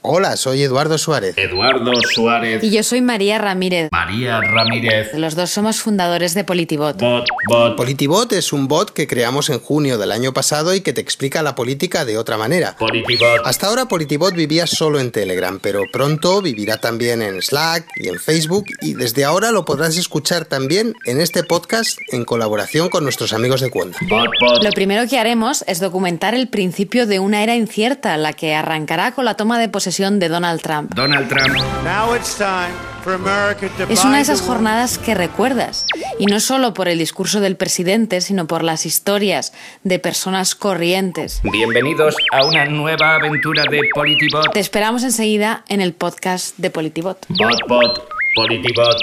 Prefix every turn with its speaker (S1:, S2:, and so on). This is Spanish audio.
S1: Hola, soy Eduardo Suárez.
S2: Eduardo Suárez.
S3: Y yo soy María Ramírez.
S2: María Ramírez.
S3: Los dos somos fundadores de Politibot.
S2: Bot, bot.
S1: Politibot es un bot que creamos en junio del año pasado y que te explica la política de otra manera.
S2: Politibot.
S1: Hasta ahora Politibot vivía solo en Telegram, pero pronto vivirá también en Slack y en Facebook y desde ahora lo podrás escuchar también en este podcast en colaboración con nuestros amigos de Cuonda.
S2: Bot, bot.
S3: Lo primero que haremos es documentar el principio de una era incierta, la que arrancará con la toma de posesión de Donald Trump.
S2: Donald Trump.
S4: Now it's time for America to
S3: Es
S4: buy
S3: una de
S4: the
S3: esas
S4: world.
S3: jornadas que recuerdas, y no solo por el discurso del presidente, sino por las historias de personas corrientes.
S2: Bienvenidos a una nueva aventura de Politibot.
S3: Te esperamos enseguida en el podcast de Politibot.
S2: Bot, bot. Politibot.